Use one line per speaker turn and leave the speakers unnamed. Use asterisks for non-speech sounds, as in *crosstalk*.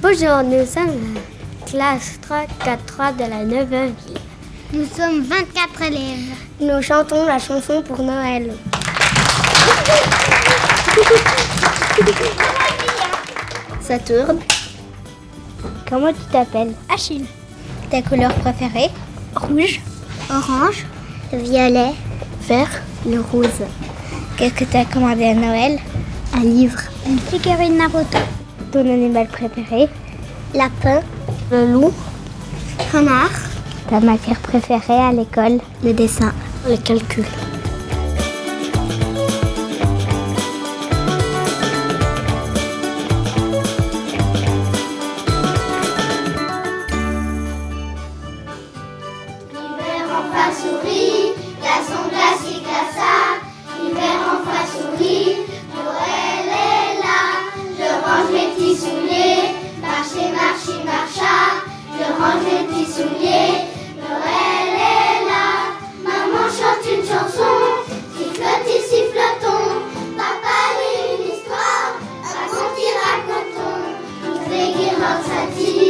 Bonjour, nous sommes la classe 343 de la 9e ville.
Nous sommes 24 élèves.
Nous chantons la chanson pour Noël. *laughs* Ça tourne. Comment tu t'appelles
Achille.
Ta couleur préférée
Rouge.
Orange, violet, vert, le rose. Qu'est-ce que tu as commandé à Noël Un livre.
Une figurine Naruto.
Ton animal préféré Lapin. Le loup.
Renard.
Ta matière préférée à l'école Le dessin. Le calcul.
L'hiver enfin sourit, glaçon, glacis, glaça. L'hiver enfin sourit, Noël est là. Je range mes petits souliers, marcher, marcher, marcha. Je range mes petits souliers, Noël est là. Maman chante une chanson, sifflote, il sifflotons. Papa lit une histoire, raconte, il raconte. Nous guirlandes scintillent,